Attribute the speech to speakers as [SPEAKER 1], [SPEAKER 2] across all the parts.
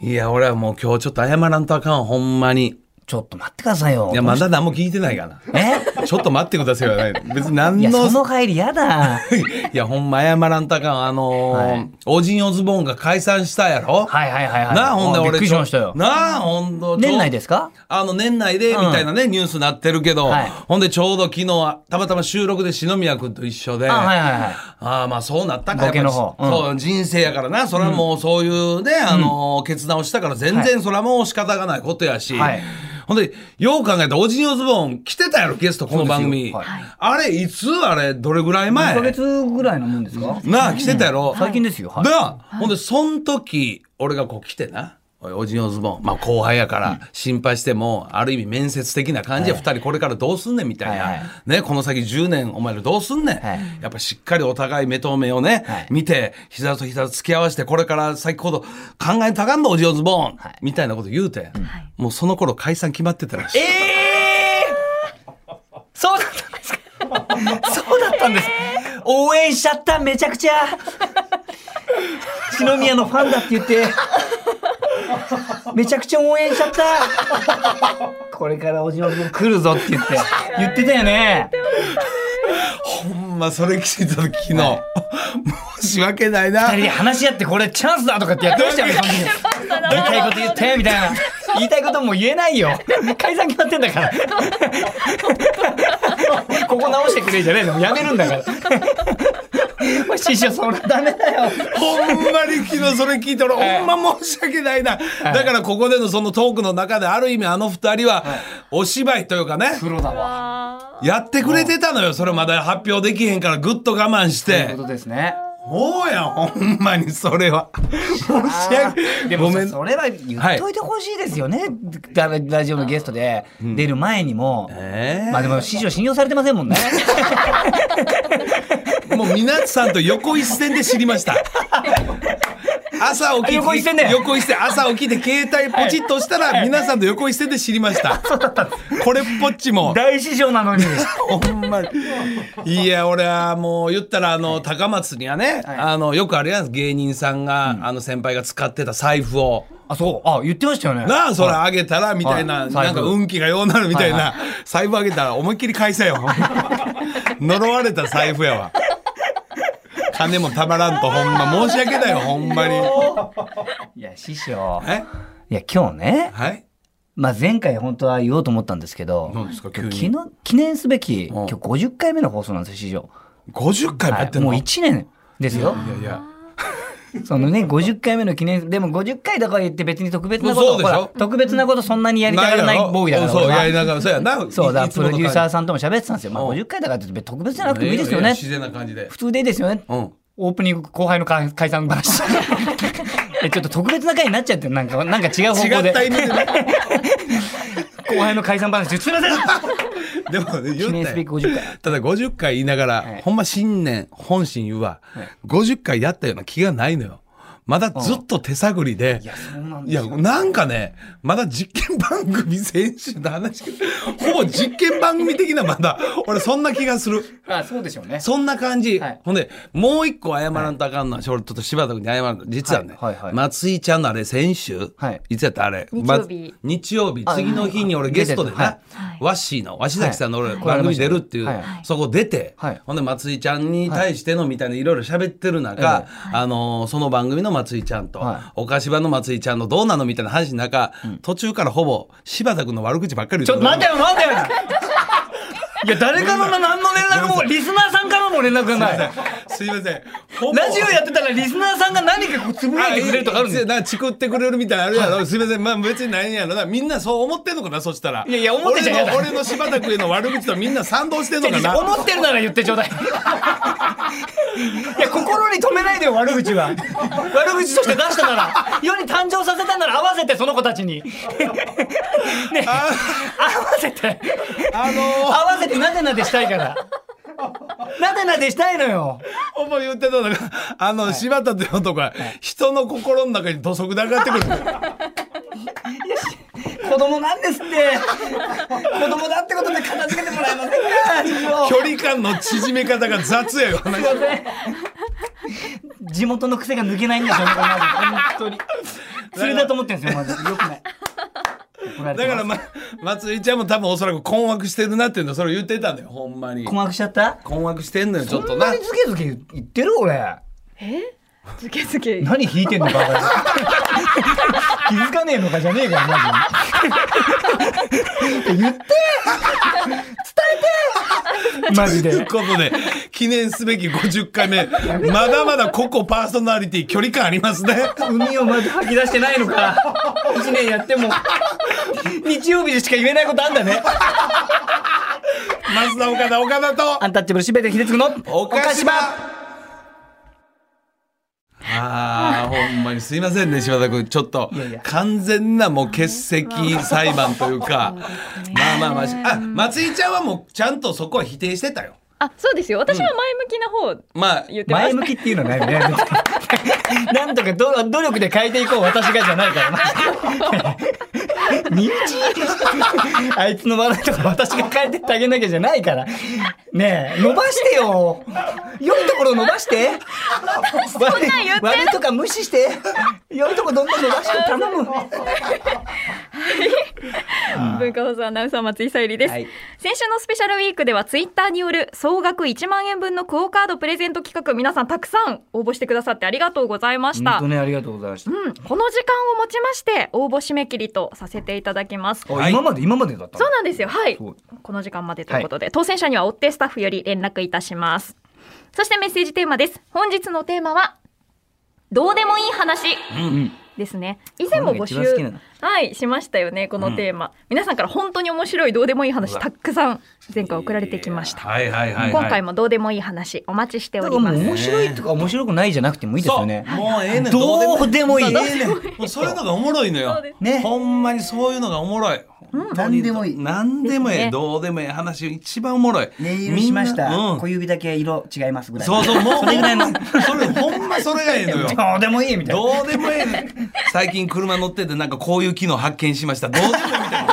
[SPEAKER 1] いや、俺はもう今日ちょっと謝らんとあかん、ほんまに。
[SPEAKER 2] ちょっと待ってくださいよ。
[SPEAKER 1] いや、まだ何も聞いてないかな。
[SPEAKER 2] え
[SPEAKER 1] ちょっと待ってくださいよね。別に何
[SPEAKER 2] いや、そ
[SPEAKER 1] の、
[SPEAKER 2] の入りやだ。
[SPEAKER 1] いや、ほんま謝らんとあかん。あのー
[SPEAKER 2] はい
[SPEAKER 1] オジンオズボーンが解散したやろ。
[SPEAKER 2] はいはいはいはい。
[SPEAKER 1] なあ、ほんで
[SPEAKER 2] もう
[SPEAKER 1] 俺。
[SPEAKER 2] びっくりしましたよ。
[SPEAKER 1] なあ、ほんと。
[SPEAKER 2] 年内ですすか
[SPEAKER 1] あの、年内で、みたいなね、ニュースなってるけど、
[SPEAKER 2] はい
[SPEAKER 1] ほんでちょうど昨日、たまたま収録で篠宮君と一緒で、
[SPEAKER 2] あ、はいはいはい。
[SPEAKER 1] ああまあそうなったかやっ
[SPEAKER 2] ボ
[SPEAKER 1] ぱ
[SPEAKER 2] ケ
[SPEAKER 1] り
[SPEAKER 2] の方うん
[SPEAKER 1] そう人生やからなそれはもうそういうね、あのー決断をしたから全
[SPEAKER 2] は
[SPEAKER 1] 然それはもう仕方がないことやし、
[SPEAKER 2] はい
[SPEAKER 1] ほんでよう考えたらオジンオズボーン来てたやろゲストこの番組、
[SPEAKER 2] そうです
[SPEAKER 1] あれいつあれどれぐらい
[SPEAKER 2] 1ヶ
[SPEAKER 1] 前
[SPEAKER 2] 月ぐらいのもんですか
[SPEAKER 1] なあ来てたやろ、
[SPEAKER 2] 最近ですよ。はい
[SPEAKER 1] なあほんでそん時俺がこう来てなおいオジンオズボーン、まあ、後輩やから心配しても、ある意味面接的な感じで2人これからどうすんねんみたいな、
[SPEAKER 2] はいはい
[SPEAKER 1] ね、この先10年お前らどうすんねん、
[SPEAKER 2] はい
[SPEAKER 1] やっぱしっかりお互い目と目をね、
[SPEAKER 2] はい
[SPEAKER 1] 見て膝と膝突き合わせてこれから先ほど考えたかんのオジンオズボーン、
[SPEAKER 2] はい
[SPEAKER 1] みたいなこと言うて、もうその頃解散決まってたらしい。
[SPEAKER 2] えーそうだったんですか そうだったんです。応援しちゃった、めちゃくちゃ。篠宮のファンだって言って。めちゃくちゃ応援しち ゃった。これからおじの君来るぞって言って。言ってたよね。
[SPEAKER 1] ほんまそれ聞いた時昨日、 申し訳ないな
[SPEAKER 2] 二人で話し合ってこれチャンスだとかってやってましたよね、その時言いたいこと言ってみたいな。言いたいことも言えな いよ。解散決まってんだから。ここ直してくれじゃねえの。やめるんだから。おい師匠、それダメだよ。
[SPEAKER 1] ほんまに昨日それ聞いたら、
[SPEAKER 2] はい
[SPEAKER 1] ほんま申し訳ないな。だからここでのそのトークの中で、ある意味あの二人は、お芝居というかね、
[SPEAKER 2] プロだわ。
[SPEAKER 1] やってくれてたのよ。それまだ発表できへんから、ぐっと我慢し
[SPEAKER 2] という
[SPEAKER 1] て
[SPEAKER 2] こ。とですね。
[SPEAKER 1] もうやん、ほんまにそれは。申し訳
[SPEAKER 2] で
[SPEAKER 1] ご
[SPEAKER 2] も
[SPEAKER 1] め
[SPEAKER 2] そ
[SPEAKER 1] ん。
[SPEAKER 2] それは言っといてほしいですよね、だラジオのゲストで出る前にも、
[SPEAKER 1] え
[SPEAKER 2] まあでも師匠信用されてませんも んね
[SPEAKER 1] ーもう皆さんと横一線で知りま した。朝起きて
[SPEAKER 2] 横一線で
[SPEAKER 1] 横一線朝起きて携帯ポチッと押したら皆さんと横一線で知りま した。これっぽっちも
[SPEAKER 2] 大師匠なのに
[SPEAKER 1] ほんまに。いや、俺はもう言ったら、あの、高松にはね、
[SPEAKER 2] はい
[SPEAKER 1] あの、よくあれやん、芸人さんが、あの、先輩が使ってた財布を、
[SPEAKER 2] あそうあ言ってましたよね
[SPEAKER 1] なあ、それあげたら、みたいな、
[SPEAKER 2] は
[SPEAKER 1] な
[SPEAKER 2] い財
[SPEAKER 1] ん
[SPEAKER 2] 布
[SPEAKER 1] か運気がようなるみたい
[SPEAKER 2] はい
[SPEAKER 1] な、財布あげたら思いっきり返せ よ。呪われた財布やわ。金もたまらんと、ほんま、申し訳ないよ、ほんまに。
[SPEAKER 2] いや師匠
[SPEAKER 1] え
[SPEAKER 2] いや今日ね、
[SPEAKER 1] はい
[SPEAKER 2] まあ、前回本当は言おうと思ったんですけど
[SPEAKER 1] 何ですか急
[SPEAKER 2] 昨
[SPEAKER 1] に
[SPEAKER 2] 日記念すべき
[SPEAKER 1] ん
[SPEAKER 2] 今日50回目の放送なんですよ史上、
[SPEAKER 1] ?50 回も
[SPEAKER 2] は
[SPEAKER 1] やって
[SPEAKER 2] い、
[SPEAKER 1] んの、
[SPEAKER 2] もう1年ですよ
[SPEAKER 1] いやいや。
[SPEAKER 2] そのね50回目の記念でも50回だから言って別に特別なこと
[SPEAKER 1] そうでしょ
[SPEAKER 2] ほら特別なことそんなにやりたがらないボーイだから
[SPEAKER 1] そう、
[SPEAKER 2] 俺は
[SPEAKER 1] やりながら、そうやな。
[SPEAKER 2] そうだ
[SPEAKER 1] いつ
[SPEAKER 2] プ
[SPEAKER 1] も
[SPEAKER 2] ロ
[SPEAKER 1] の
[SPEAKER 2] デ
[SPEAKER 1] 感じ
[SPEAKER 2] ューサーさんとも喋ってたんですよ、まあ、
[SPEAKER 1] うん
[SPEAKER 2] 50回だからって別に特別じゃなくてもいいですよ
[SPEAKER 1] やや
[SPEAKER 2] ね
[SPEAKER 1] 自然な感じで。
[SPEAKER 2] 普通でいいですよね
[SPEAKER 1] うん。
[SPEAKER 2] オープニング後輩の解解散話 えちょっと特別な回になっちゃってるなんかなんか違う方 向
[SPEAKER 1] 違
[SPEAKER 2] で
[SPEAKER 1] った意味で ね。
[SPEAKER 2] 後輩の解散話すいません
[SPEAKER 1] でもね、
[SPEAKER 2] 記
[SPEAKER 1] 言
[SPEAKER 2] 念
[SPEAKER 1] っ
[SPEAKER 2] す
[SPEAKER 1] た
[SPEAKER 2] べき
[SPEAKER 1] よ
[SPEAKER 2] 50回
[SPEAKER 1] ただ50回言いながら、
[SPEAKER 2] はい
[SPEAKER 1] ほんま信念、本心言うわ、50回やったような気がないのよ。まだずっと手探りで。
[SPEAKER 2] いやそうなん
[SPEAKER 1] い
[SPEAKER 2] です
[SPEAKER 1] や、
[SPEAKER 2] よ
[SPEAKER 1] なんかね、まだ実験番組選手の話聞く、ほぼ実験番組的なまだ、俺そんな気がする。
[SPEAKER 2] あそうでしょうね
[SPEAKER 1] そんな感じ。
[SPEAKER 2] はい
[SPEAKER 1] ほんで、もう一個謝らんとあかんのは、俺ちょっと柴田君に謝るの。実はね、
[SPEAKER 2] はいはいはい
[SPEAKER 1] 松井ちゃんのあれ、先週、
[SPEAKER 2] はい
[SPEAKER 1] つやったあれ、
[SPEAKER 3] 日曜日
[SPEAKER 1] ま日曜日、
[SPEAKER 2] あ
[SPEAKER 1] 次の日に俺ゲストで
[SPEAKER 2] 出て
[SPEAKER 1] な
[SPEAKER 2] た
[SPEAKER 3] はい、
[SPEAKER 1] ワッシーの、鷲崎さんの俺、番組出るっていう、
[SPEAKER 2] はい
[SPEAKER 1] そこ出て、
[SPEAKER 2] はい
[SPEAKER 1] ほんで松井ちゃんに対してのみたいないろいろ喋ってる中、
[SPEAKER 2] はい
[SPEAKER 1] あのーその番組の松井ちゃんと、
[SPEAKER 2] は
[SPEAKER 1] 岡柴の松井ちゃんのどうなのみたいな話の中、途中からほぼ柴田君の悪口ばっかり
[SPEAKER 2] ち
[SPEAKER 1] 言
[SPEAKER 2] ょっ
[SPEAKER 1] って
[SPEAKER 2] と
[SPEAKER 1] た
[SPEAKER 2] 待ってよ待 ってよいや誰からの何の連絡もリスナーさんからも連絡がない
[SPEAKER 1] すいません。ほぼ
[SPEAKER 2] ラジオやってたらリスナーさんが何かこうつぶやいてくれるとかあるんですよ
[SPEAKER 1] なんかチクってくれるみたいなのあるやろ、すいませんまあ別にないんやろなみんなそう思ってんのかなそしたら
[SPEAKER 2] いやいや思ってちゃ
[SPEAKER 1] 俺
[SPEAKER 2] 嫌
[SPEAKER 1] の
[SPEAKER 2] だ
[SPEAKER 1] 俺の柴田君への悪口とみんな賛同してんのかな
[SPEAKER 2] 思ってるなら言ってちょうだいいや心に留めないでよ悪口は悪口として出したなら世に誕生させたなら合わせてその子たちにね合わせて
[SPEAKER 1] あ
[SPEAKER 2] 合
[SPEAKER 1] のー、
[SPEAKER 2] わせてなでなでしたいからなでなでしたいのよ
[SPEAKER 1] ほぼ言ってたのがあの、柴田っていう男は人の心の中に土足で上がってくる
[SPEAKER 2] 子供なんですって子供だってことで片付けてもらえませんか
[SPEAKER 1] 距離感の縮め方が雑やよ話
[SPEAKER 2] 地元の癖が抜けないんですよねこの話本当に 連れだと思ってんですよマジでよくない怒られて
[SPEAKER 1] だ
[SPEAKER 2] ます
[SPEAKER 1] から、ま、松井ちゃんも多分おそらく困惑してるなっていうのそれを言ってたんだよほんまに
[SPEAKER 2] 困惑しちゃった
[SPEAKER 1] 困惑してんのよちょっ
[SPEAKER 2] そ
[SPEAKER 1] と
[SPEAKER 2] ん
[SPEAKER 1] な
[SPEAKER 2] なにズケズケ言ってる俺
[SPEAKER 3] ズケズケ。
[SPEAKER 2] 何引いてんのバカ気づかねえのかじゃねえかよマ ジで言って伝えてマジ
[SPEAKER 1] という
[SPEAKER 2] で
[SPEAKER 1] ことで記念すべき50回目まだまだ個々パーソナリティ距離感ありますね
[SPEAKER 2] 海をまだ吐き出してないのか1年やっても日曜日でしか言えないことあんだね
[SPEAKER 1] 増田岡田岡田と
[SPEAKER 2] アンタッチャブルしべてひでつくの
[SPEAKER 1] 岡島
[SPEAKER 2] 島
[SPEAKER 1] ああほんまにすいませんね柴田君ちょっと
[SPEAKER 2] いやいや
[SPEAKER 1] 完全なもう欠席 裁判というかまあまあまあしあ松井ちゃんはもうちゃんとそこは否定してたよ
[SPEAKER 3] あ、そうですよ。私は前向きな方
[SPEAKER 1] まあ
[SPEAKER 3] 言ってま
[SPEAKER 2] 前
[SPEAKER 3] した。
[SPEAKER 2] 向きっていうのはないね別になんとかど努力で変えていこう私がじゃないからな身内あいつの笑いとか私が変えてってあげなきゃじゃないからねえ伸ばしてよ良いところ伸ばして悪い
[SPEAKER 3] 言って
[SPEAKER 2] 悪いとか無視して良いとこどんどん伸ばして頼む
[SPEAKER 3] 文化放送アナウンサー松井さゆりです、
[SPEAKER 2] はい
[SPEAKER 3] 先週のスペシャルウィークではツイッターによる総額1万円分のクオカードプレゼント企画皆さんたくさん応募してくださってありがとうございました、
[SPEAKER 2] にありがとうございました
[SPEAKER 3] うん、この時間をもちまして応募締め切りとさせていただきます
[SPEAKER 2] あ
[SPEAKER 1] はい
[SPEAKER 2] 今まで今までだったの
[SPEAKER 3] そうなんですよはい
[SPEAKER 2] そう
[SPEAKER 3] この時間までということで、当選者には追ってスタッフより連絡いたしますそしてメッセージテーマです本日のテーマはどうでもいい話
[SPEAKER 2] うん
[SPEAKER 3] ですね以前も募
[SPEAKER 2] こういうのが一番好きな
[SPEAKER 3] 集
[SPEAKER 2] の
[SPEAKER 3] はいしましたよねこのテーマ、皆さんから本当に面白いどうでもいい話たくさん前回送られてきました、
[SPEAKER 1] はいはいはい、はい、
[SPEAKER 3] 今回もどうでもいい話お待ちして
[SPEAKER 2] だ
[SPEAKER 3] お
[SPEAKER 2] か
[SPEAKER 3] り
[SPEAKER 2] らも
[SPEAKER 3] ま
[SPEAKER 2] う
[SPEAKER 3] す
[SPEAKER 2] 面白いとか面白くないじゃなくてもいいです
[SPEAKER 1] そ
[SPEAKER 2] よ
[SPEAKER 1] う
[SPEAKER 2] ね
[SPEAKER 1] もうええねん
[SPEAKER 2] どうでもいい
[SPEAKER 1] ええねんもうそういうのがおもろいのよ
[SPEAKER 3] そうです
[SPEAKER 2] ね
[SPEAKER 1] ほんまにそういうのがおもろい、
[SPEAKER 2] 何でもいい
[SPEAKER 1] 何でもええ、
[SPEAKER 3] ですね
[SPEAKER 1] どうでもええ話一番おもろい
[SPEAKER 2] ネイルしました、
[SPEAKER 1] みんなうん
[SPEAKER 2] 小指だけ色違いますぐらい
[SPEAKER 1] そうそうもう
[SPEAKER 2] それぐらいの
[SPEAKER 1] ほんまそれほんまそれがええのよ
[SPEAKER 2] どうでもいいみたいな
[SPEAKER 1] どうでもええねん最近車乗っててなんかこういう機能発見しましたどうでもええみ たいな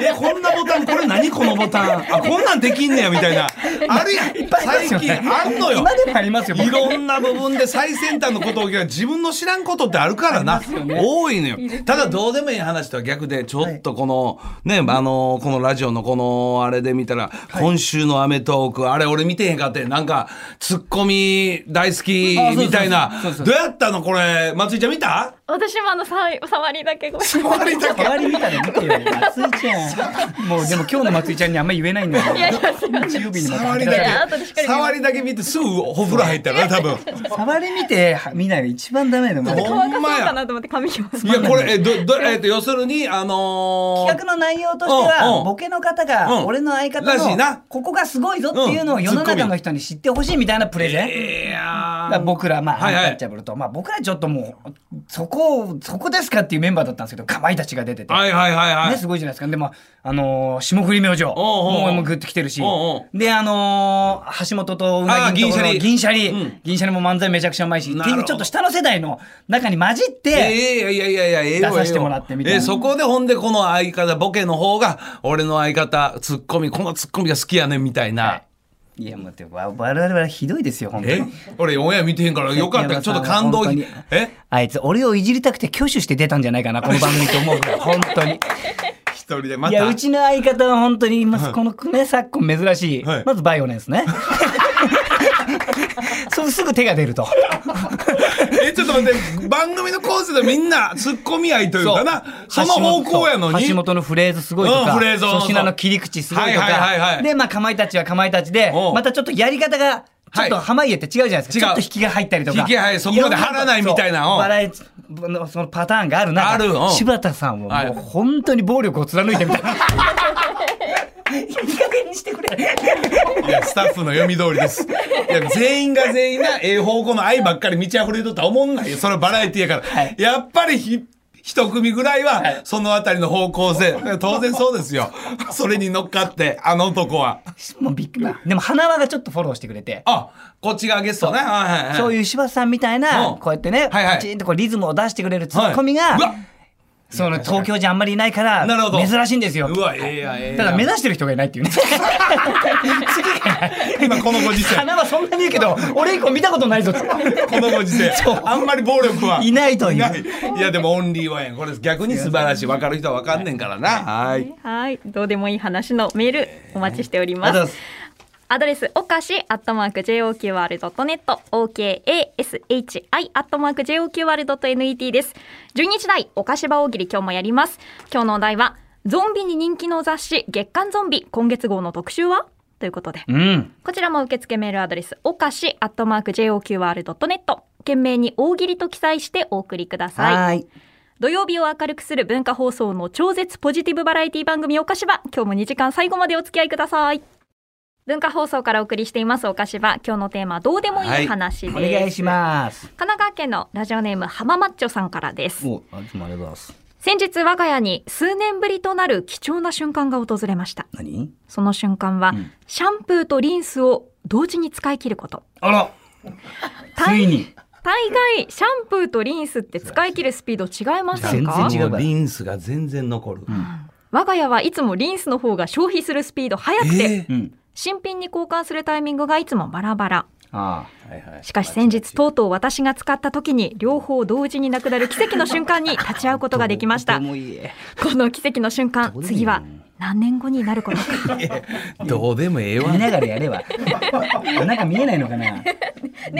[SPEAKER 1] えこんなボタンこれ何このボタンあこんなんできんねやみたいなあるやん最近あんのよ
[SPEAKER 2] 今でもありますよ
[SPEAKER 1] いろんな部分で最先端のことを聞く自分の知らんことってあるからな、多いのよ。ただどうでもいい話とは逆で、ちょっとこの、ね、あの、このラジオのこの、あれで見たら、今週のアメトーク、あれ俺見てへんかって、なんか、ツッコミ大好き
[SPEAKER 2] あそうそう
[SPEAKER 1] みたいな
[SPEAKER 2] そう、そう
[SPEAKER 1] どうやったのこれ、松井ちゃん見た
[SPEAKER 3] 私もあのさい触りだけごめん
[SPEAKER 1] 触りだけ
[SPEAKER 2] 代わりみたいな見てよ松井ちゃんもうでも今日の松井ちゃんにあんま言えないんだよ
[SPEAKER 3] いやいやすいません
[SPEAKER 2] 日曜日にまた
[SPEAKER 1] 触り
[SPEAKER 3] いや
[SPEAKER 1] だ
[SPEAKER 3] 後でしっ
[SPEAKER 1] け。
[SPEAKER 3] かり見ます
[SPEAKER 1] 触りだけ見てすぐお風呂入ったよな、多分。
[SPEAKER 2] 触り見て見ないの一番ダメだよマジで
[SPEAKER 1] ほんま
[SPEAKER 3] 乾
[SPEAKER 1] や
[SPEAKER 3] かそうかなと思って髪切りまし
[SPEAKER 1] い
[SPEAKER 3] た
[SPEAKER 1] や、これ、え、ど、ど、えっと、要するに、あのー
[SPEAKER 2] 企画の内容として
[SPEAKER 1] うんう
[SPEAKER 2] は
[SPEAKER 1] ん
[SPEAKER 2] ボケの方
[SPEAKER 1] う
[SPEAKER 2] が
[SPEAKER 1] ん
[SPEAKER 2] 俺の相
[SPEAKER 1] らし
[SPEAKER 2] 方
[SPEAKER 1] いな
[SPEAKER 2] のここがすごいぞっていうのを世の中の人に知ってほしいみたいなプレゼン
[SPEAKER 1] いや
[SPEAKER 2] だ
[SPEAKER 1] ー
[SPEAKER 2] から僕らまあ、
[SPEAKER 1] はいはい
[SPEAKER 2] アンタッチャブルとまあ僕らちょっともうそこをそこですかっていうメンバーだったんですけどかまいたちが出てて、
[SPEAKER 1] はいはいはいはい
[SPEAKER 2] ね、。すごいじゃないですかでもあのー霜降り明星も
[SPEAKER 1] おうおう
[SPEAKER 2] うもうグッと来てるし
[SPEAKER 1] おうお
[SPEAKER 2] であのー橋本とうなぎのとこ
[SPEAKER 1] あ
[SPEAKER 2] ろ
[SPEAKER 1] ー
[SPEAKER 2] 銀シャリ
[SPEAKER 1] うん
[SPEAKER 2] 銀シャリも漫才めちゃくちゃうまいしって
[SPEAKER 1] なる
[SPEAKER 2] い
[SPEAKER 1] ほ
[SPEAKER 2] う
[SPEAKER 1] ど
[SPEAKER 2] ちょっと下の世代の中に混じって、
[SPEAKER 1] ええいやいやいや、ええよ
[SPEAKER 2] 出させてもらってみたい
[SPEAKER 1] え
[SPEAKER 2] な
[SPEAKER 1] えそこでほんでこの相方、ボケの方が、俺の相方、ツッコミ、このツッコミが好きやねんみたいな。
[SPEAKER 2] いや待ってわ我々はひどいですよ本当
[SPEAKER 1] え
[SPEAKER 2] に。
[SPEAKER 1] 俺オンエア見てへんからよかったちょっと感動
[SPEAKER 2] いや
[SPEAKER 1] ひ
[SPEAKER 2] まあ本当に
[SPEAKER 1] え
[SPEAKER 2] あいつ俺をいじりたくて挙手して出たんじゃないかなこの番組と思うぐらい本当に。
[SPEAKER 1] 一人でま
[SPEAKER 2] い
[SPEAKER 1] た
[SPEAKER 2] やうちの相方は本当にまずこのね昨今珍しい、
[SPEAKER 1] はい
[SPEAKER 2] まずバイオレンス ねそうすぐ手が出ると
[SPEAKER 1] えちょっと待って番組のコースでみんなツッコミ合いというかなその
[SPEAKER 2] 橋
[SPEAKER 1] 方
[SPEAKER 2] 本
[SPEAKER 1] 向やのに
[SPEAKER 2] 橋本のフレーズすごいとか、
[SPEAKER 1] うんフレーズ
[SPEAKER 2] 粗品の切り口すごいとか、
[SPEAKER 1] はいはいはいはい
[SPEAKER 2] でまあかまいたちはかまいたちで
[SPEAKER 1] おう
[SPEAKER 2] またちょっとやり方がちょっと
[SPEAKER 1] はい
[SPEAKER 2] 濱家って違うじゃないで
[SPEAKER 1] 違
[SPEAKER 2] すか、
[SPEAKER 1] う
[SPEAKER 2] ちょっと引きが入ったりとか
[SPEAKER 1] 引きが入るそこまで張らないみたいな
[SPEAKER 2] そう
[SPEAKER 1] うん
[SPEAKER 2] バラエティのそのパターンがある中
[SPEAKER 1] あるうん
[SPEAKER 2] 柴田さんは
[SPEAKER 1] はい
[SPEAKER 2] も
[SPEAKER 1] う
[SPEAKER 2] 本当に暴力を貫いてみたいな いい加減にしてくれ
[SPEAKER 1] いやスタッフの読み通りですいや全員が全員がええ方向の愛ばっかり満ち溢れとったら思んないよそれはバラエティやから、
[SPEAKER 2] はい
[SPEAKER 1] やっぱりひ一組ぐらいはそのあたりの方向性、当然そうですよそれに乗っかってあの男は
[SPEAKER 2] もうびっくり。でも花輪がちょっとフォローしてくれて。
[SPEAKER 1] あこっちがゲストねはいはいはい
[SPEAKER 2] そういう柴田さんみたいな、
[SPEAKER 1] うん
[SPEAKER 2] こうやってね、
[SPEAKER 1] はいはい
[SPEAKER 2] パチンとこうリズムを出してくれるツッコミが、
[SPEAKER 1] はいうわ
[SPEAKER 2] その東京じゃあんまりいないから
[SPEAKER 1] なるほど
[SPEAKER 2] 珍しいんですよ
[SPEAKER 1] うわええやんええやん
[SPEAKER 2] ただ目指してる人がいない っていうね次がいない
[SPEAKER 1] 今このご時世
[SPEAKER 2] 花はそんなにいるけど俺以降見たこと ないぞって
[SPEAKER 1] このご時世あんまり暴力はい
[SPEAKER 2] ないという
[SPEAKER 1] ないいやでもオンリーワンやんこれ逆に素晴らしい分かる人は分かんねんからなはい
[SPEAKER 3] はい、どうでもいい話のメールお待ちしており
[SPEAKER 2] あ
[SPEAKER 3] ま
[SPEAKER 2] りがとうござい
[SPEAKER 3] す
[SPEAKER 2] ま。す
[SPEAKER 3] アドレス、おかし、アットマーク、joqr.net、okashi、アットマーク、joqr.net です。12時台、おかし場大喜利、今日もやります。今日のお題は、ゾンビに人気の雑誌、月刊ゾンビ、今月号の特集はということで、
[SPEAKER 2] うん
[SPEAKER 3] こちらも受付メールアドレス、おかし、アットマーク、joqr.net、懸命に大喜利と記載してお送りください。
[SPEAKER 2] はい
[SPEAKER 3] 土曜日を明るくする文化放送の超絶ポジティブバラエティ番組おかしば今日も2時間最後までお付き合いください文化放送からお送りしていますおかしば今日のテーマはどうでもいい話です、
[SPEAKER 2] お願いします
[SPEAKER 3] 神奈川県のラジオネーム浜マッチョさんからです
[SPEAKER 2] おあいつもありがとうございます
[SPEAKER 3] 先日我が家に数年ぶりとなる貴重な瞬間が訪れました
[SPEAKER 2] 何
[SPEAKER 3] その瞬間は、
[SPEAKER 2] うん
[SPEAKER 3] シャンプーとリンスを同時に使い切ること
[SPEAKER 2] あらついに
[SPEAKER 3] 大概シャンプーとリンスって使い切るスピード違いませんか
[SPEAKER 2] 全然違う
[SPEAKER 1] もリンスが全然残る、
[SPEAKER 3] 我が家はいつもリンスの方が消費するスピード早くて、
[SPEAKER 1] え
[SPEAKER 2] うん
[SPEAKER 3] 新品に交換するタイミングがいつもバラバラ
[SPEAKER 2] あ
[SPEAKER 1] ーはいはい
[SPEAKER 3] しかし先日とうとう私が使った時に両方同時になくなる奇跡の瞬間に立ち会うことができまし
[SPEAKER 2] ど
[SPEAKER 3] た
[SPEAKER 2] うもいい
[SPEAKER 3] この奇跡の瞬間
[SPEAKER 2] どうでもいい
[SPEAKER 3] 次は何年後になるこ とか
[SPEAKER 1] どうでもええわ
[SPEAKER 2] 見ながらやれば なんか見えないのか な、う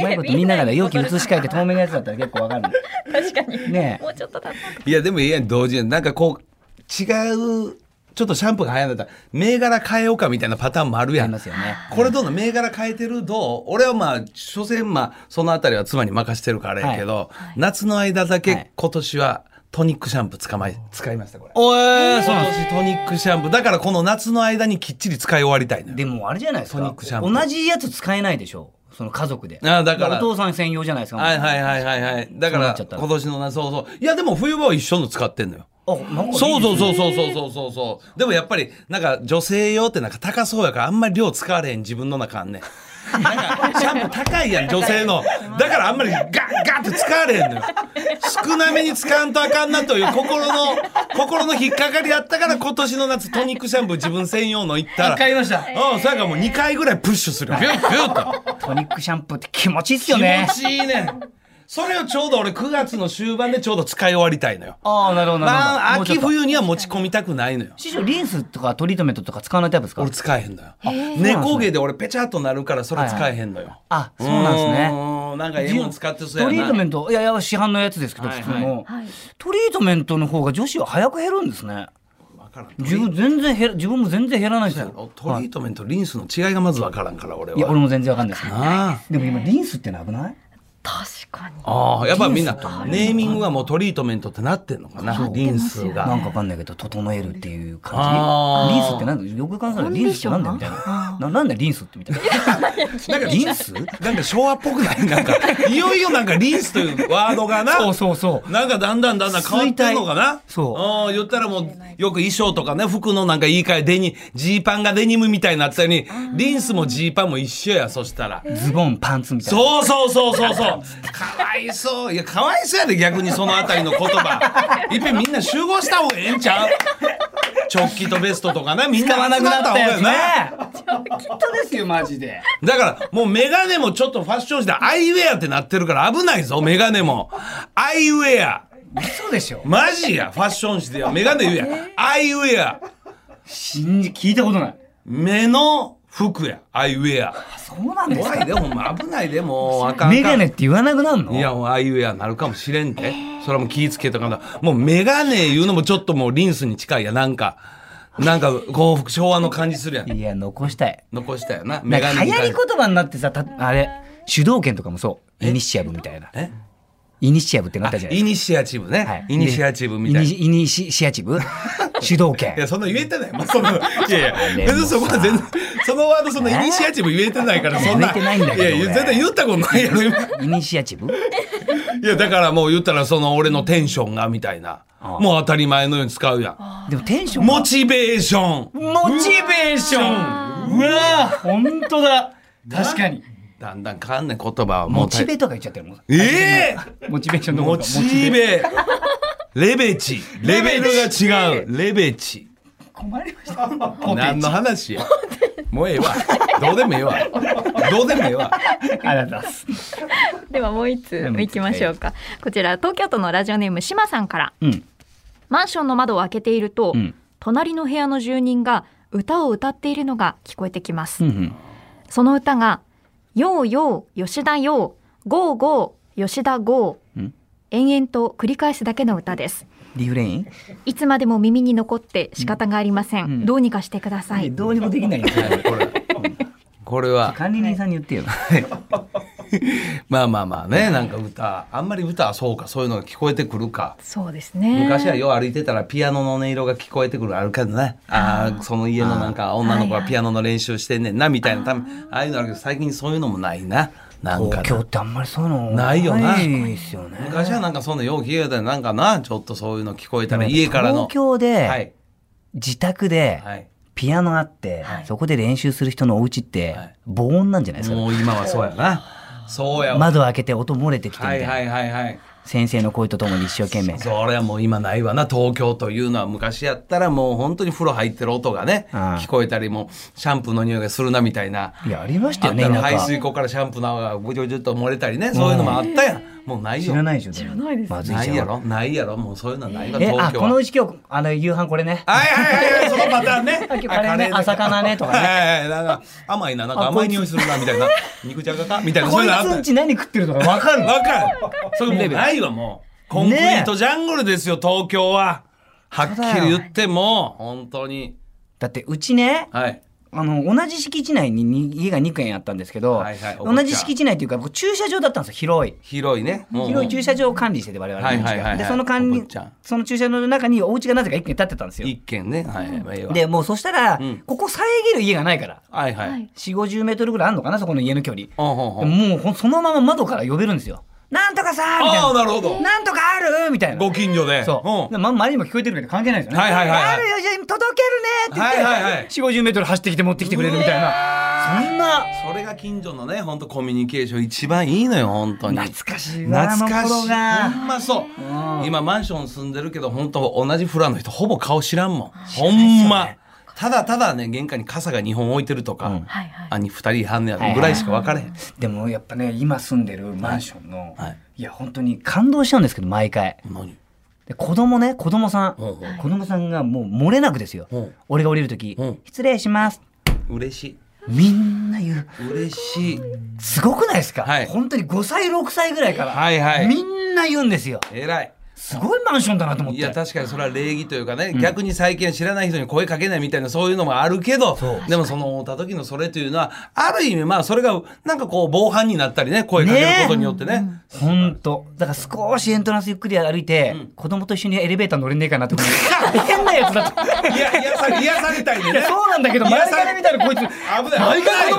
[SPEAKER 2] まいこと見ながら容器映し替えて透明なやつだったら結構わかる
[SPEAKER 3] 確かに
[SPEAKER 2] ねえ
[SPEAKER 3] もうちょっとだった
[SPEAKER 1] いやでもええやん同時になんかこう違うちょっとシャンプーが流行んだったら銘柄変えようかみたいなパターンもある
[SPEAKER 2] あ
[SPEAKER 1] や
[SPEAKER 2] り
[SPEAKER 1] ん
[SPEAKER 2] ますよね
[SPEAKER 1] これどうなの銘柄変えてるどう俺はまあ所詮まあそのあたりは妻に任してるからあれやけど、夏の間だ
[SPEAKER 2] は
[SPEAKER 1] け
[SPEAKER 2] い
[SPEAKER 1] 今年はトニックシャンプー使まい使いましたこれ。
[SPEAKER 2] おえー、そうなん
[SPEAKER 1] 今
[SPEAKER 2] です
[SPEAKER 1] 年トニックシャンプーだからこの夏の間にきっちり使い終わりたいのよ
[SPEAKER 2] でもあれじゃないです
[SPEAKER 1] ソニックシャ
[SPEAKER 2] か
[SPEAKER 1] ンプー
[SPEAKER 2] 同じやつ使えないでしょその家族で
[SPEAKER 1] あだから
[SPEAKER 2] お父さん専用じゃないですか
[SPEAKER 1] はいはい
[SPEAKER 2] い
[SPEAKER 1] はいはいはいだか
[SPEAKER 2] そうな
[SPEAKER 1] ら
[SPEAKER 2] っちゃった
[SPEAKER 1] 今年の夏そうそういやでも冬場は一緒の使ってんのよ
[SPEAKER 2] あなんか
[SPEAKER 1] そうそう
[SPEAKER 2] う
[SPEAKER 1] そうそうそうそうそうそう。でもやっぱり、なんか女性用ってなんか高そうやからあんまり量使われへん自分の中あんねん。なんかシャンプー高いやん女性 のだからあんまりガッガッて使われへんのよ少なめに使わんとあかんなという心の心の引っかかりやったから今年の夏トニックシャンプー自分専用のいったら
[SPEAKER 2] 買いました
[SPEAKER 1] うんそやからもう2回ぐらいプッシュするよビュッビュッと。
[SPEAKER 2] トニックシャンプーって気持ちいいっすよね
[SPEAKER 1] 気持ちいいねんそれをちょうど俺9月の終盤でちょうど使い終わりたいのよ
[SPEAKER 2] ああなるほどなるほど、
[SPEAKER 1] まあ
[SPEAKER 2] もうちょっ
[SPEAKER 1] 秋
[SPEAKER 2] と
[SPEAKER 1] 冬には持ち込みたくないのよ
[SPEAKER 2] 師匠リンスとかトリートメントとか使わないタイプですか
[SPEAKER 1] 俺使えへんのよ
[SPEAKER 2] ー
[SPEAKER 1] 猫毛で俺ペチャっとなるからそれ使えへんのよ、
[SPEAKER 2] あそうなんですね
[SPEAKER 1] ねなんかええもん使ってそうやな
[SPEAKER 2] トリートメントいやいや市販のやつですけど、
[SPEAKER 1] はい
[SPEAKER 2] 普通の、
[SPEAKER 3] はい
[SPEAKER 2] トリートメントの方が女子は早く減るんですね
[SPEAKER 1] わからん
[SPEAKER 2] 自分全然減ら自分も全然減らないですよ
[SPEAKER 1] トリートメントリンスの違いがまずわからんから俺はい
[SPEAKER 2] や俺も全然わかんないです
[SPEAKER 1] あ
[SPEAKER 2] でも今リンスっての危ない
[SPEAKER 3] 確かに
[SPEAKER 1] ああやっぱみんな
[SPEAKER 2] リンスと
[SPEAKER 1] ネーミングはもうトリートメントってなってんのかなリンスが
[SPEAKER 2] なんかわかんないけど整えるっていう
[SPEAKER 1] あ
[SPEAKER 2] 感
[SPEAKER 1] ー
[SPEAKER 2] じリンスってなんだよく考えたらリンスってなんだよみたいなななんだよリンスってみたいななんかリンス
[SPEAKER 1] なんか昭和っぽくないなんかいよいよなんかリンスというワードがな
[SPEAKER 2] そうそうそう
[SPEAKER 1] なんかだんだんだんだん変わってんのかな
[SPEAKER 2] 衰退そう
[SPEAKER 1] うん言ったらもうよく衣装とかね服のなんか言い換えデニジーパンがデニムみたいになってたようにリンスもジーパンも一緒やそしたら。
[SPEAKER 2] ズボンパンツみたい
[SPEAKER 1] そ
[SPEAKER 2] な
[SPEAKER 1] うそうそうそうそう。かわいそう。いや、かわいそうやで、逆にそのあたりの言葉。いっぺんみんな集合した方がええんちゃうチョッキとベストとかね、みんな
[SPEAKER 2] 使わなくなったやつ
[SPEAKER 1] 集まった方がえ
[SPEAKER 2] ねきっとですよマジで
[SPEAKER 1] えなだから、もうメガネもちょっとファッション誌でアイウェアってなってるから危ないぞ、メガネも。アイウェア。
[SPEAKER 2] 嘘でしょ
[SPEAKER 1] マジや、ファッション誌ではメガネ言うやん。アイウェア。
[SPEAKER 2] 信じ聞いたことない
[SPEAKER 1] 目の服や、アイウェア。
[SPEAKER 2] そうなんです
[SPEAKER 1] 怖いで、ほんま危ないで、もう。あかんあかん
[SPEAKER 2] メガネって言わなくなるの
[SPEAKER 1] いや、もうああいうやなるかもしれんで、それはもう気ぃつけとかな。もうメガネ言うのもちょっともうリンスに近いや。なんか、なんか、幸福昭和の感じするやん。
[SPEAKER 2] いや残したい
[SPEAKER 1] 残したよな。
[SPEAKER 2] な
[SPEAKER 1] メ
[SPEAKER 2] んか
[SPEAKER 1] ガネ
[SPEAKER 2] 流行
[SPEAKER 1] に関
[SPEAKER 2] り言葉になってさたあれ主導権とかもそうイニシアブみたいな
[SPEAKER 1] え
[SPEAKER 2] イニシアブってなったじゃない
[SPEAKER 1] イニシアチブね。
[SPEAKER 2] はい
[SPEAKER 1] イニシアチブみたいな。
[SPEAKER 2] イニイニシアチブ主導権
[SPEAKER 1] いや、そんな言えてない。まあ、そ の、いやいや、
[SPEAKER 2] ね
[SPEAKER 1] 別にそこは全然、そのワード、そのイニシアチブ言えてないから、そんな。
[SPEAKER 2] 言えてないんだけど
[SPEAKER 1] いやいや、
[SPEAKER 2] 俺
[SPEAKER 1] 絶対言ったことないやろ、今
[SPEAKER 2] イニシアチブ
[SPEAKER 1] いや、だからもう言ったら、その俺のテンションが、みたいな。もう当たり前のように使うやん。
[SPEAKER 2] でもテンション
[SPEAKER 1] モチベーション。
[SPEAKER 2] モチベーションうわー本当だ 確かに
[SPEAKER 1] だんだん変わんねん言葉はもう
[SPEAKER 2] モチベとか言っちゃってるもん
[SPEAKER 1] ええ
[SPEAKER 2] モチベーションの
[SPEAKER 1] モ
[SPEAKER 2] 方が
[SPEAKER 1] チベレベチ。レベルが違う。レベチ。
[SPEAKER 2] 困りました。
[SPEAKER 1] 何の話や。もうええわ。どうでもええわ。どうでもええわ。
[SPEAKER 2] ありがとうございます。
[SPEAKER 3] ではもう一ついきましょうか。こちら東京都のラジオネーム島さんから。
[SPEAKER 2] うん。
[SPEAKER 3] マンションの窓を開けていると、
[SPEAKER 2] うん
[SPEAKER 3] 隣の部屋の住人が歌を歌っているのが聞こえてきます。
[SPEAKER 2] うん。
[SPEAKER 3] その歌が、ようよう、吉田よう、ゴーゴー、吉田ゴー
[SPEAKER 2] ん、
[SPEAKER 3] 延々と繰り返すだけの歌です。
[SPEAKER 2] リフレイン。
[SPEAKER 3] いつまでも耳に残って仕方がありません。
[SPEAKER 2] うん
[SPEAKER 3] どうにかしてください。
[SPEAKER 2] どうにもできないんですよこれ。
[SPEAKER 1] これは、
[SPEAKER 2] 管理人さんに言ってよ。
[SPEAKER 1] まあまあまあね、なんか歌、あんまり歌はそうか、そういうのが聞こえてくるか。
[SPEAKER 3] そうですね。
[SPEAKER 1] 昔はよう歩いてたらピアノの音色が聞こえてくるあるけどねああその家のなんか女の子がピアノの練習してんねんなみたいなためああいうのあるけど最近そういうのもないななんかな
[SPEAKER 2] 東京ってあんまりそういうの
[SPEAKER 1] ないよな
[SPEAKER 2] ないですよね。
[SPEAKER 1] 昔はなんかそんなよう聞いたらなんかなちょっとそういうの聞こえたら家からの
[SPEAKER 2] 東京
[SPEAKER 1] は
[SPEAKER 2] で
[SPEAKER 1] い
[SPEAKER 2] 自宅で
[SPEAKER 1] はい
[SPEAKER 2] ピアノあって、そこで練習する人のお家って
[SPEAKER 1] はい
[SPEAKER 2] 防音なんじゃないですか、
[SPEAKER 1] もう今はそうやなそうやわ
[SPEAKER 2] 窓開けて音漏れてきてみ
[SPEAKER 1] は
[SPEAKER 2] たい
[SPEAKER 1] い
[SPEAKER 2] な、
[SPEAKER 1] はいはいはい
[SPEAKER 2] 先生の声とともに一生懸命
[SPEAKER 1] それはもう今ないわな東京というのは昔やったらもう本当に風呂入ってる音がね
[SPEAKER 2] うん
[SPEAKER 1] 聞こえたりもうシャンプーの匂いがするなみたいない
[SPEAKER 2] やありました
[SPEAKER 1] あ
[SPEAKER 2] よ
[SPEAKER 1] っ
[SPEAKER 2] ね
[SPEAKER 1] た
[SPEAKER 2] 田
[SPEAKER 1] ら
[SPEAKER 2] 舎
[SPEAKER 1] 排水溝からシャンプーの泡がぐちょぐちょっと漏れたりね、そういうのもあったやん。もうない
[SPEAKER 2] 知
[SPEAKER 1] よ。
[SPEAKER 2] ら
[SPEAKER 1] な
[SPEAKER 2] ないでしょ知らないですまずい
[SPEAKER 1] い
[SPEAKER 2] じゃ
[SPEAKER 1] や
[SPEAKER 2] ん
[SPEAKER 1] ろ、ないやろ、もうそういうのはないわ、
[SPEAKER 2] えあ
[SPEAKER 1] 東京
[SPEAKER 2] こ
[SPEAKER 1] は。
[SPEAKER 2] の
[SPEAKER 1] は
[SPEAKER 2] うち今日あの夕飯これね
[SPEAKER 1] いはいはい、そのパターン ね。
[SPEAKER 2] 今日カレーねあ魚ねとか
[SPEAKER 1] は い
[SPEAKER 2] ね
[SPEAKER 1] はい、なんか甘いな、なんか甘い匂いするなみたいな、肉じゃがかみたいな、そ
[SPEAKER 2] こ
[SPEAKER 1] うい
[SPEAKER 2] いう
[SPEAKER 1] のあっ
[SPEAKER 2] つ
[SPEAKER 1] た
[SPEAKER 2] ん
[SPEAKER 1] よ。
[SPEAKER 2] ち何食ってるとかわかる
[SPEAKER 1] わかる。それもうないわ、もう。コンクリートジャングルですよ、東京は。はっきり言っても、本当に。
[SPEAKER 2] だってうちね
[SPEAKER 1] はい。
[SPEAKER 2] あの同じ敷地内にに家が2軒あったんですけど、
[SPEAKER 1] はいはい
[SPEAKER 2] 同じ敷地内っていうか僕駐車場だったんですよ広い
[SPEAKER 1] 広いね。もう
[SPEAKER 2] 広い駐車場を管理してて我々の家が、
[SPEAKER 1] はいはいはいはい
[SPEAKER 2] でその管
[SPEAKER 1] お
[SPEAKER 2] 理
[SPEAKER 1] 坊ちゃん
[SPEAKER 2] その駐車場の中にお家がなぜか1軒建ってたんですよ
[SPEAKER 1] 一軒ね。はい、まあええわ
[SPEAKER 2] でもうそしたら、
[SPEAKER 1] うん
[SPEAKER 2] ここ遮る家がないから
[SPEAKER 1] はいは
[SPEAKER 3] はいい。
[SPEAKER 2] 4 5 0メートルぐらいあるのかなそこの家の距離
[SPEAKER 1] ほんほんほん
[SPEAKER 2] もうほんそのまま窓から呼べるんですよなんとかさーみたい
[SPEAKER 1] ああ、
[SPEAKER 2] な
[SPEAKER 1] なるほど。
[SPEAKER 2] なんとかあるみたいな
[SPEAKER 1] ご近所で。
[SPEAKER 2] そう、
[SPEAKER 1] ん
[SPEAKER 2] ま、周りにも聞こえてるけど関係ないですよね
[SPEAKER 1] はいはいはいはい
[SPEAKER 2] あるよじゃあ届けるねって言って、
[SPEAKER 1] はいはいはい
[SPEAKER 2] 4 5 0メートル走ってきて持ってきてくれるみたいなそんな
[SPEAKER 1] それが近所のね、本当コミュニケーション一番いいのよ、本当に。
[SPEAKER 2] 懐かしいわ
[SPEAKER 1] 懐かしい。
[SPEAKER 2] あの頃が
[SPEAKER 1] ほんまそう。今マンション住んでるけど、本当同じフラの人、ほぼ顔知らんもん。ほんま。ただただね、玄関に傘が2本置いてるとか、
[SPEAKER 2] うん
[SPEAKER 3] はいはい
[SPEAKER 1] あに2人半ねやぐらいしか分かれへん。
[SPEAKER 2] でもやっぱね今住んでるマンションの、
[SPEAKER 1] はいい
[SPEAKER 2] や本当に感動しちゃうんですけど毎回
[SPEAKER 1] 何
[SPEAKER 2] で子供ね子供さん、
[SPEAKER 1] ほうほう
[SPEAKER 2] 子供さんがもう漏れなくですよ、
[SPEAKER 1] ほう
[SPEAKER 2] 俺が降りる時、
[SPEAKER 1] ほう
[SPEAKER 2] 失礼します
[SPEAKER 1] 嬉し
[SPEAKER 2] みんな言う
[SPEAKER 1] い。嬉しい。
[SPEAKER 2] すごくないですか、
[SPEAKER 1] はい
[SPEAKER 2] 本当に5歳6歳ぐらいから、
[SPEAKER 1] はいはい
[SPEAKER 2] みんな言うんですよ
[SPEAKER 1] 偉い。
[SPEAKER 2] すごいマンションだなと思っ
[SPEAKER 1] い
[SPEAKER 2] て
[SPEAKER 1] や確かにそれは礼儀というかね、逆に最近は知らない人に声かけないみたいなそういうのもあるけどでもその会った時のそれというのはある意味まあそれがなんかこう防犯になったりね声かけることによってね
[SPEAKER 2] ほんとだから少しエントランスゆっくり歩いて、子供と一緒にエレベーター乗れねえかなと思 って変なやつだと
[SPEAKER 1] いや癒さ癒されたいで
[SPEAKER 2] いや
[SPEAKER 1] ね
[SPEAKER 2] そうなんだけど
[SPEAKER 1] いや
[SPEAKER 2] 周りから見た らこいつ
[SPEAKER 1] 危ない危ないよ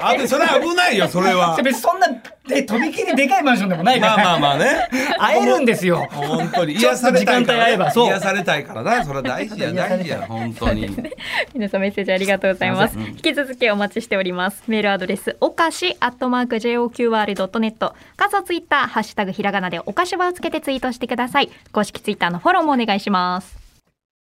[SPEAKER 1] あでそれは危ないよそれ は
[SPEAKER 2] 別にそんなで飛び切りでかいマンションでもないから、
[SPEAKER 1] まあまあまあね
[SPEAKER 2] 会えるんですよ
[SPEAKER 1] 本当に
[SPEAKER 2] ち
[SPEAKER 1] 癒
[SPEAKER 2] ょっと
[SPEAKER 1] され
[SPEAKER 2] 時
[SPEAKER 1] た
[SPEAKER 2] 間
[SPEAKER 1] い
[SPEAKER 2] 帯
[SPEAKER 1] から、
[SPEAKER 2] 合えばそう
[SPEAKER 1] 癒されたいからなそれは大事 や大事や本当に
[SPEAKER 3] 皆さんメッセージありがとうございます。引き続きお待ちしております。メールアドレス、おかし、アットマーク、JOQR.net。感想ツイッター、ハッシュタグ、ひらがなでおかしばをつけてツイートしてください。公式ツイッターのフォローもお願いします。